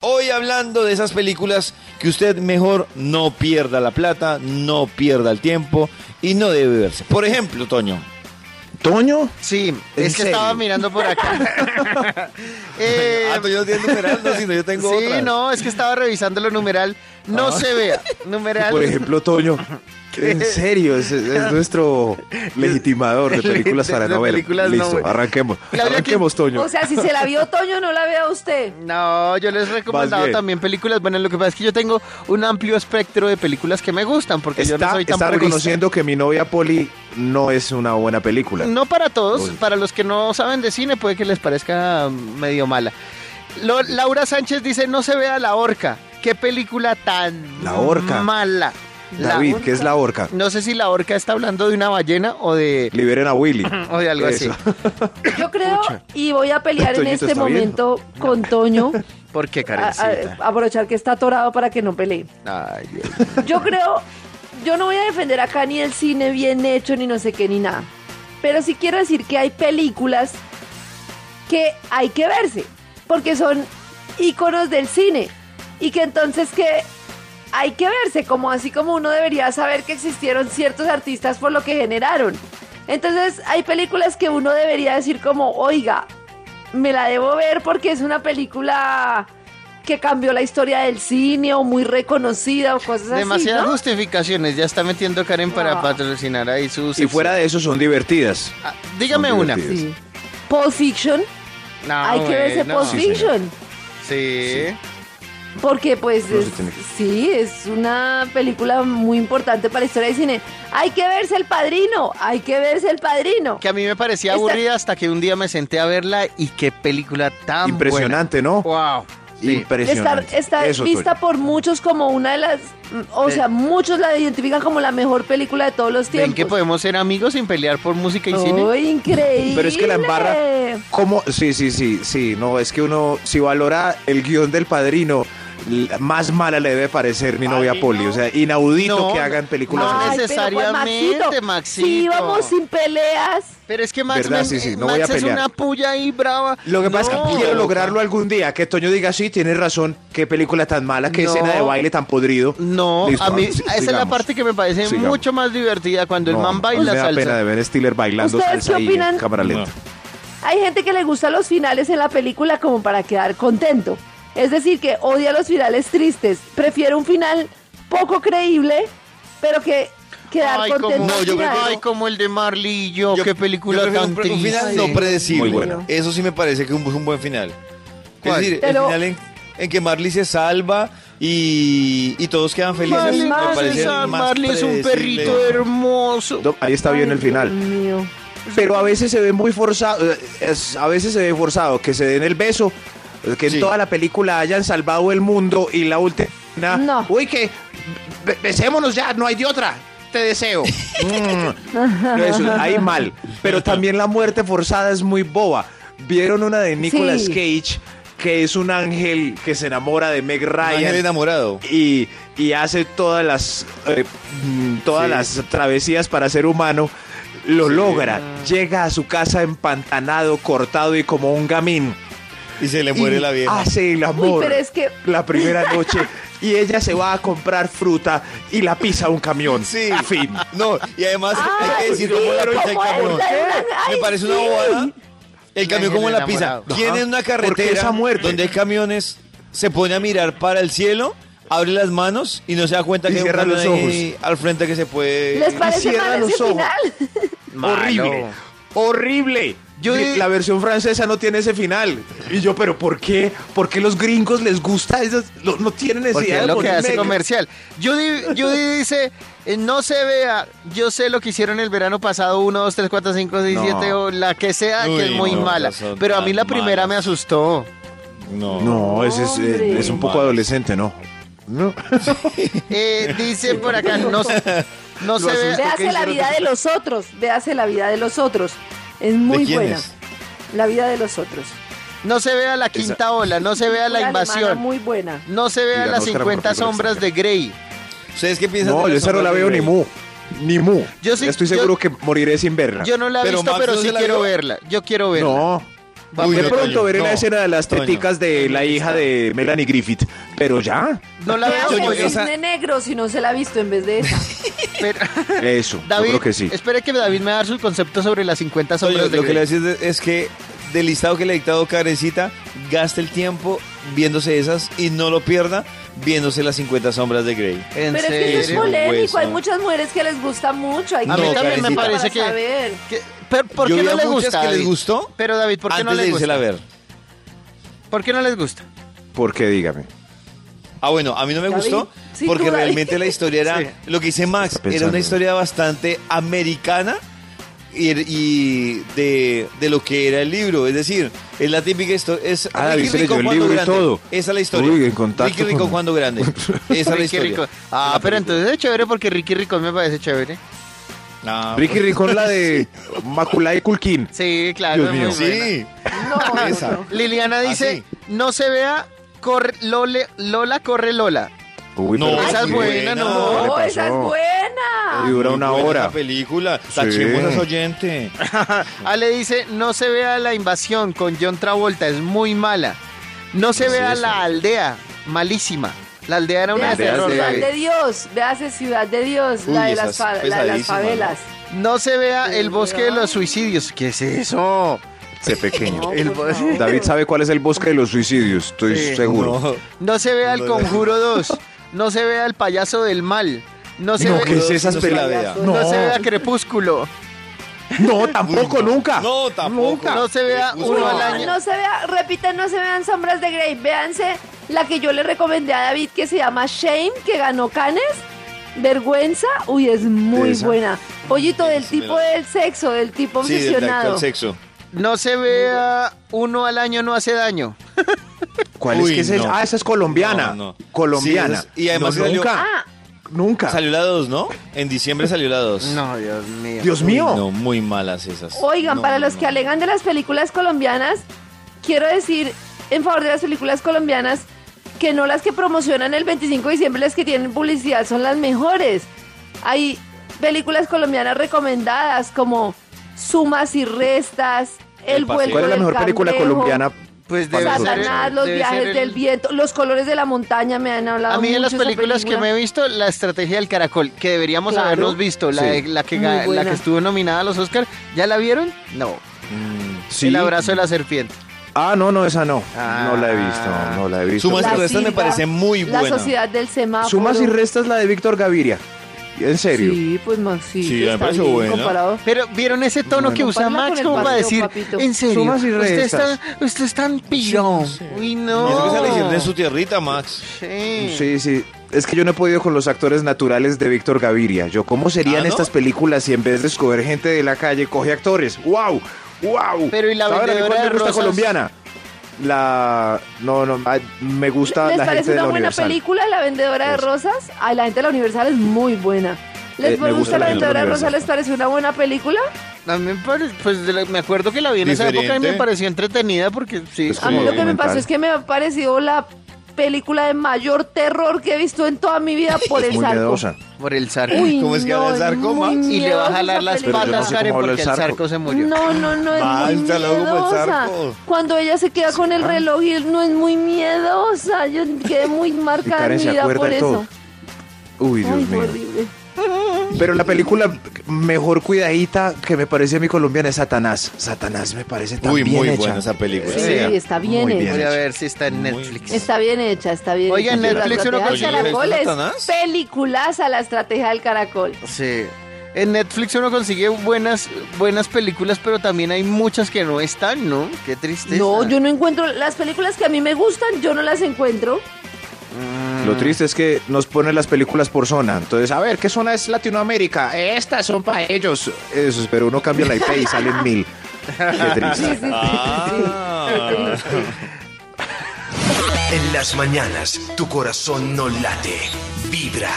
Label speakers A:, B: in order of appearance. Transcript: A: hoy hablando de esas películas que usted mejor no pierda la plata, no pierda el tiempo y no debe verse. Por ejemplo, Toño.
B: ¿Toño?
C: Sí, es que
B: serio? ah,
C: estaba mirando por acá. Eh,
A: ah, Toño no tiene numeral, no, sino yo tengo
C: sí,
A: otras.
C: no, es que estaba revisando lo numeral. No
B: Ah.
C: se vea. Numeral.
B: Por ejemplo, Toño. En serio, es, es nuestro legitimador de películas para
C: De
B: no ver.
C: películas no
B: Listo,
C: ver.
B: arranquemos.
C: Claudia,
B: Arranquemos, Toño.
D: O sea, si se la vio Toño, no la vea usted.
C: No, yo les he recomendado
B: bien.
C: también películas. Bueno, lo que pasa es que yo tengo un amplio espectro de películas que me gustan, porque yo no
B: Está,
C: soy tan
B: está
C: purista.
B: reconociendo que mi novia Poli no es una buena película.
C: No para todos,
B: Uy.
C: para los que no saben de cine puede que les parezca medio mala. Lo- Laura Sánchez dice, no se vea La Orca. ¿Qué película tan
B: La Orca.
C: mala? La-
B: David, ¿qué es la orca?
C: no sé si La Orca está hablando de una ballena o de,
B: Liberen a Willy.
C: o de algo
B: Eso.
C: así.
D: Yo creo, y voy a pelear en
B: Toñito
D: este
B: está bien.
D: momento con Toño,
C: ¿Por
B: Ah,
C: qué,
D: a-
C: Karencita?
D: a- aprovechar que está atorado para que no pelee.
B: ah, eh,
C: Ay, Dios.
B: pues
D: Yo creo, yo no voy a defender acá ni el cine bien hecho, ni no sé qué, ni nada. Pero sí quiero decir que hay películas que hay que verse, porque son íconos del cine. Y que entonces que hay que verse, como así como uno debería saber que existieron ciertos artistas por lo que generaron. Entonces hay películas que uno debería decir como, oiga, me la debo ver porque es una película que cambió la historia del cine o muy reconocida o cosas
C: Demasiadas
D: así. ¿no?
C: justificaciones. Ya está metiendo Karen para
D: No.
C: patrocinar ahí sus...
B: Ah. Si fuera de eso, son divertidas.
C: Ah, dígame
B: Son
C: una.
B: divertidas.
D: Sí. Pulp Fiction,
C: No,
D: hay que verse
C: Ah, bueno.
D: Pulp Fiction.
C: Sí.
D: Porque pues
B: No se
D: es-
B: tiene que-
D: sí, es una película muy importante para la historia del cine. Hay que verse el padrino, hay que verse el padrino.
C: Que a mí me parecía
D: Esta-
C: aburrida hasta que un día me senté a verla y qué película tan
B: Impresionante, ¿no?
C: buena. Wow. Ah, Sí.
D: Está,
B: Impresionante.
D: está
B: Eso,
D: vista
B: Toño.
D: por muchos como una de las, mm, o
C: Sí.
D: sea, muchos la identifican como la mejor película de todos los
C: ¿Ven que
D: tiempos.
C: podemos ser amigos sin pelear por música y
D: ¡Oh,
C: cine?
D: increíble!
B: Pero es que la embarra. ¿Cómo? Sí, sí, sí, sí. No, es que uno, si valora el guión del padrino, l- más mala le debe parecer mi novia Poli. O sea, inaudito
C: No,
B: que hagan películas
C: no.
B: así.
D: Ay, pero Juan
C: necesariamente,
D: Maxito,
C: Maxito.
D: Si íbamos sin peleas,
C: Pero es que Max,
B: Verdad,
C: me-
B: sí, sí, no
C: Max
B: voy a
C: es
B: pelear.
C: una puya ahí brava.
B: Lo que pasa es
C: No.
B: que quiero lograrlo algún día. Que Toño diga, sí, tienes razón. Qué película tan mala, qué
C: No.
B: escena de baile tan podrido.
C: No,
B: Listo,
C: a mí
B: sí,
C: esa es la
B: sigamos.
C: parte que me parece
B: Sigamos.
C: mucho más divertida cuando el
B: No,
C: man
B: a mí
C: baila
B: me da pena de
C: salsa.
B: ver a Stiller bailando
D: ¿Ustedes
B: salsa
D: qué
B: ahí en
D: opinan?
B: cámara lenta.
D: hay gente que le gusta los finales en la película como para quedar contento. Es decir, que odia los finales tristes. Prefiere un final poco creíble, pero que quedar
C: Ay,
D: contento.
C: como,
D: al
A: No, yo
D: final.
A: prefiero-
C: ay, como el de Marley y yo,
A: Yo-
C: qué película
A: yo prefiero
C: tan
A: un, pre-
C: triste.
A: un final no
D: Sí.
A: predecible.
B: Muy buena.
A: Eso sí me parece que un- es un buen final.
C: ¿Cuál?
A: Es decir, el
D: Pero-
A: final en, en que Marley se salva y, y todos quedan felices.
C: Marley,
A: me
D: Marley,
A: parece
C: César,
A: más
C: Marley es un
A: predecible.
C: perrito hermoso.
B: No, Ahí está bien
D: Ay,
B: el final.
D: Dios mío.
B: Pero a veces se ve muy forzado, eh, es- a veces se ve forzado que se den el beso, eh, que
A: Sí.
B: en toda la película hayan salvado el mundo y la última...
D: No.
B: Uy, que be- besémonos ya, no hay de otra. Te deseo. Mm. No, eso, ahí mal. Pero también la muerte forzada es muy boba. ¿Vieron una de Nicolas
D: Sí.
B: Cage que es un ángel que se enamora de Meg
A: Un ángel
B: Ryan?
A: enamorado.
B: y, y hace todas las eh, mm, todas
A: Sí.
B: las travesías para ser humano lo logra
D: Ah.
B: llega a su casa empantanado cortado y como un gamín
A: Y se le muere
B: y
A: la vieja.
B: hace el amor
D: pero es que-
B: la primera noche y ella se va a comprar fruta y la pisa un camión
A: Sí.
B: fin
A: No, y además hay
D: Ay,
A: que decir
D: sí,
A: cómo la
D: ¿cómo
A: pisa el
D: es
A: camión.
D: la- ay,
A: Me parece una
D: sí.
A: bobada. El camión
C: ángel
A: como la pisa.
C: enamorado.
A: ¿Quién
B: Ajá.
A: en una
B: ¿Por qué esa
A: carretera
B: muerte?
A: donde hay camiones se pone a mirar para el cielo, abre las manos y no se da cuenta
B: Y
A: que hay un
B: cierra los
A: camión ahí al frente que se puede...
D: ¿Les parece
B: cierra
D: mal
B: los
D: ese
B: ojos.
D: final?
C: Malo.
B: horrible horrible
C: Yo-
B: la versión francesa no tiene ese final y yo pero por qué por qué los gringos les gusta esas no, no tienen
C: Porque
B: necesidad
C: es
B: de
C: lo que
B: poner
C: hace
B: Meg?
C: comercial. Judy, Judy dice, eh, no se vea, yo sé lo que hicieron el verano pasado, 1, 2, 3, 4, 5, 6,
B: No.
C: 7, o la que sea, que
A: Uy,
C: es muy
A: no,
C: mala.
A: esas son
C: Pero a
A: tan
C: mí la primera
A: malas.
C: me asustó.
A: No.
B: No, ese es, eh,
D: Hombre.
B: es un poco adolescente, ¿no? No.
C: Eh, dice por acá, no, se- no se
B: asustó.
C: vea.
B: ¿Qué
D: Véase la
B: hicieron?
D: vida de los otros, véase la vida de los otros. Es muy
A: quién
D: buena.
A: es?
D: La vida de los otros.
C: No se vea la quinta ola, no se vea la
D: Una alemana
C: invasión,
D: Muy buena.
C: no se vea
B: Y ganó
C: las
B: Oscar por
C: 50
B: película
C: sombras de Grey.
A: ¿Ustedes qué piensan?
B: No,
A: de
B: yo esa no la
A: sombras de
B: veo ni
A: Grey?
B: mu. Ni mu.
C: Yo sí-
B: Estoy
C: yo-
B: seguro que moriré sin verla.
C: Yo no la he
A: Pero
C: visto,
A: Max
C: pero
A: no
C: sí
A: se la
C: quiero
A: vio.
C: verla. Yo quiero verla.
B: no.
A: Uy,
B: de
A: no,
B: pronto
A: Toño,
B: veré
A: no.
B: la escena de las
A: Toño.
B: teticas de la hija de Melanie Griffith. Pero ya,
C: No la
D: ¿Qué
C: veo. pues,
D: hace
A: Toño,
D: el
C: Oye,
A: esa-
D: cisne negro si no se la ha visto en vez de esa?
C: pero-
B: eso,
C: David,
B: yo creo que sí.
C: espere que David me va a dar su concepto sobre las 50
A: Toño,
C: sombras de
A: lo que le
C: Grey.
A: decía es, es que del listado que le ha dictado Carecita, gaste el tiempo viéndose esas y no lo pierda viéndose las 50 sombras de Grey.
C: ¿En
D: Pero es que eso es
A: serio?
D: polémico. Hay
A: Hueso.
D: muchas mujeres que les gusta mucho. Hay
A: A
D: que
A: mí
D: ver
A: también me
D: para
C: parece que-
D: saber.
C: ¿Qué- pero ¿Por
A: Yo
C: qué
A: vi
C: no
A: a
C: les
A: muchas
C: gusta?
A: que les
C: David?
A: gustó
C: Pero David, ¿por qué
A: antes
C: no
A: de
C: les
A: irse a
C: gusta?
A: ver.
C: ¿Por qué no les gusta?
B: ¿Por qué? Dígame.
A: Ah, bueno, a mí no me
D: David,
A: gustó
D: sí, tú,
A: porque
D: David.
A: realmente la historia era,
C: Sí.
A: lo que dice Max,
B: Está pensando.
A: era una historia bastante americana y, y de, de lo que era el libro. Es decir, es la típica historia. Es
B: Ah, David se leyó el
A: cuando
B: libro y
A: grande.
B: todo.
A: Esa es la historia.
B: Uy, en contacto
A: Ricky Rico
B: con-
A: cuando grande. Esa es la
C: Ricky
A: historia.
C: Rico. Ah,
A: La película.
C: pero entonces es chévere porque Ricky Ricón me parece chévere.
A: Ah,
B: Ricky Ricón, la de Maculay Culkin.
C: Sí, claro.
B: Dios
C: muy
B: mío.
C: buena.
A: Sí.
D: No, no,
A: Esa.
D: no.
C: Liliana dice,
A: Ah,
C: no se vea, corre, Lole- Lola corre Lola.
B: Uy,
A: No,
B: pero-
C: esa es
A: muy
C: buena,
A: buena.
C: no.
D: No,
B: le
D: esa es
B: pasó?
D: buena.
B: Y dura
A: Muy buena
B: una
A: pues.
B: hora.
A: esa película.
B: Sí.
A: Tachemos a ese oyente.
C: Ale Ah, dice, no se vea la invasión con John Travolta, es muy mala. No se
B: ¿Qué es
C: vea
B: eso?
C: la aldea, malísima. La aldea era una
D: Veas
B: Aldea
C: de terror,
B: de-
D: Ciudad
C: David.
D: de Dios. Veas Ciudad de Dios.
A: Uy,
D: la, de
A: esa
D: las
A: es
D: fa- la de las
A: pesadísima, ¿no?
D: favelas.
C: No se vea
D: Sí,
C: el bosque de
D: ¿verdad?
C: los suicidios. ¿Qué es eso?
B: Ese pequeño.
D: No,
C: El
D: por
C: bo-
D: favor.
B: David sabe cuál es el bosque de los suicidios, estoy
C: Sí.
B: seguro.
A: No.
C: No se vea el
A: No, no, no.
C: conjuro 2. No se vea el payaso del mal. No se,
B: No,
C: ve-
B: ¿qué es esas
A: No se la
B: películas?
A: vea.
C: no se vea crepúsculo.
B: No, tampoco, nunca.
A: No, tampoco.
B: Nunca.
C: No se vea
A: Uy,
C: uno al
D: No,
C: año.
D: no se vea, repitan, no se vean sombras de Grey. Véanse la que yo le recomendé a David que se llama Shame, que ganó Canes. Vergüenza, uy, es muy
B: Esa.
D: buena. Pollito, del
A: Sí,
D: tipo
A: me la-
D: del sexo, del tipo
A: Sí, del- del
D: obsesionado.
A: sexo.
C: No se vea uno al año no hace daño.
B: ¿Cuál
A: Uy,
B: es que es esa?
A: no.
B: Ah, esa es colombiana.
A: No, no. Sí,
B: Colombiana.
A: esa es- y además
B: No,
A: salió-
B: nunca.
D: ah,
B: Nunca.
A: Salió la 2, ¿no? En diciembre salió la 2.
C: No, Dios mío.
B: Dios
A: Uy,
B: mío.
A: No, muy malas esas.
D: oigan,
A: No,
D: para
A: no,
D: los
A: no.
D: que alegan de las películas colombianas, quiero decir en favor de las películas colombianas que no las que promocionan el 25 de diciembre, las que tienen publicidad son las mejores. Hay películas colombianas recomendadas como Sumas y Restas, El
A: El paseo.
D: vuelco
B: ¿Cuál es la
D: del
B: mejor película
D: Cangrejo,
B: colombiana?
C: Pues
B: Para
C: debe ser-
D: Satanás, los
C: debe
D: viajes
C: ser el-
D: del viento, los colores de la montaña me han hablado.
C: A mí de las
D: mucho esa
C: películas que
D: película.
C: me he visto, La Estrategia del Caracol, que deberíamos
D: Claro.
C: habernos visto, la,
B: Sí.
C: de- la, que,
D: Muy
C: ga- la
D: buena.
C: que estuvo nominada a los Oscars, ¿ya la vieron? No.
A: Mm.
B: Sí.
C: El abrazo de la serpiente.
B: Ah, no, no, esa no.
C: Ah.
B: No la he visto, no la he visto.
A: Sumas
D: La
A: y restas me
D: Silva,
A: parece muy
D: La
A: buena.
D: sociedad del semáforo.
B: Sumas y restas la de Víctor Gaviria. En serio.
D: Sí, pues Max, sí,
A: Sí, me
D: está
A: parece
D: bien
A: buena.
D: comparado.
C: Pero vieron ese tono
B: Bueno.
C: que usa Max
D: Compárala con el
C: como para
D: paseo,
C: decir,
D: papito.
C: en serio,
B: Sumas y
C: usted
B: restas.
C: está, usted es tan pillo. Uy,
A: Y eso que se le hicieron
C: no.
A: en su tierrita, Max.
C: Sí.
B: Sí, sí. Es que yo no he podido con los actores naturales de Víctor Gaviria. Yo, ¿cómo serían
A: ¿Ah, no?
B: estas películas si en vez de escoger gente de la calle coge actores? ¡Wow! ¡Wow!
C: Pero, ¿y la
B: ¿Saben a mí cuál
C: vendedora de
B: me gusta
C: rosas?
B: colombiana? La... No, no, ay, me gusta
D: ¿Les
B: la gente
D: parece
B: de la
D: una buena
B: Universal.
D: película La Vendedora de
B: Eso.
D: Rosas? Ay, la gente de la Universal es muy buena.
B: Eh,
D: ¿Les
B: me
D: parece
B: gusta
D: La
B: la gente de
D: Vendedora
B: la
D: de Rosas?
B: Universal.
D: ¿Les pareció una buena película?
C: A mí me pare- pues de la- me acuerdo que la vi en esa época y
A: Diferente.
C: me pareció entretenida porque sí.
B: Pues
D: A mí
B: Sí,
D: lo que me
B: mental.
D: pasó es que me ha parecido la película de mayor terror que he visto en toda mi vida por
B: Es
D: el
B: muy
D: zarco.
B: miedosa.
C: Por el zarco.
D: Uy,
A: ¿Cómo es que habla el
D: no,
A: zarco,
D: muy
A: Max?
C: y le va a
D: miedosa
C: jalar las
D: película.
B: Pero yo no
C: patas,
B: sé
C: Karen,
B: cómo habla
C: porque
B: el
C: el zarco
B: zarco.
C: se murió.
D: No, no, no, es
A: Max,
D: muy
A: te la hago como el
D: miedosa.
A: zarco.
D: Cuando ella se queda con el reloj y no es muy miedosa. Yo quedé muy marcada en
B: Karen
D: mi
B: se
D: vida
B: acuerda
D: por
B: de
D: eso.
B: todo. Uy, Dios
D: Ay, fue
B: mío.
D: horrible.
B: Pero la película mejor cuidadita que me parece a mí colombiana es Satanás. Satanás me parece tan
A: Uy,
B: bien
A: muy
B: hecha.
A: buena esa película.
D: Sí, está bien
B: muy
D: hecha.
C: Voy a
B: hecha.
C: ver si está en
A: Muy
C: Netflix.
A: bien.
D: Está bien hecha, está bien
C: Oiga,
D: hecha.
C: en Netflix
D: La
C: uno
D: estrategia
A: consigue-
D: del caracol
A: ¿Oye,
D: es
A: Satanás?
D: Peliculaza la estrategia del caracol.
C: Sí. En Netflix uno consigue buenas, buenas películas, pero también hay muchas que no están, ¿no? Qué tristeza.
D: No, yo no encuentro. Las películas que a mí me gustan, yo no las encuentro.
B: Lo triste es que nos ponen las películas por zona. Entonces, a ver, ¿qué zona es Latinoamérica? Estas son para ellos. Eso, pero uno cambia la IP y salen mil. Qué
D: Sí, sí,
B: triste.
D: sí, sí.
A: Ah.
E: En las mañanas, tu corazón no late, vibra.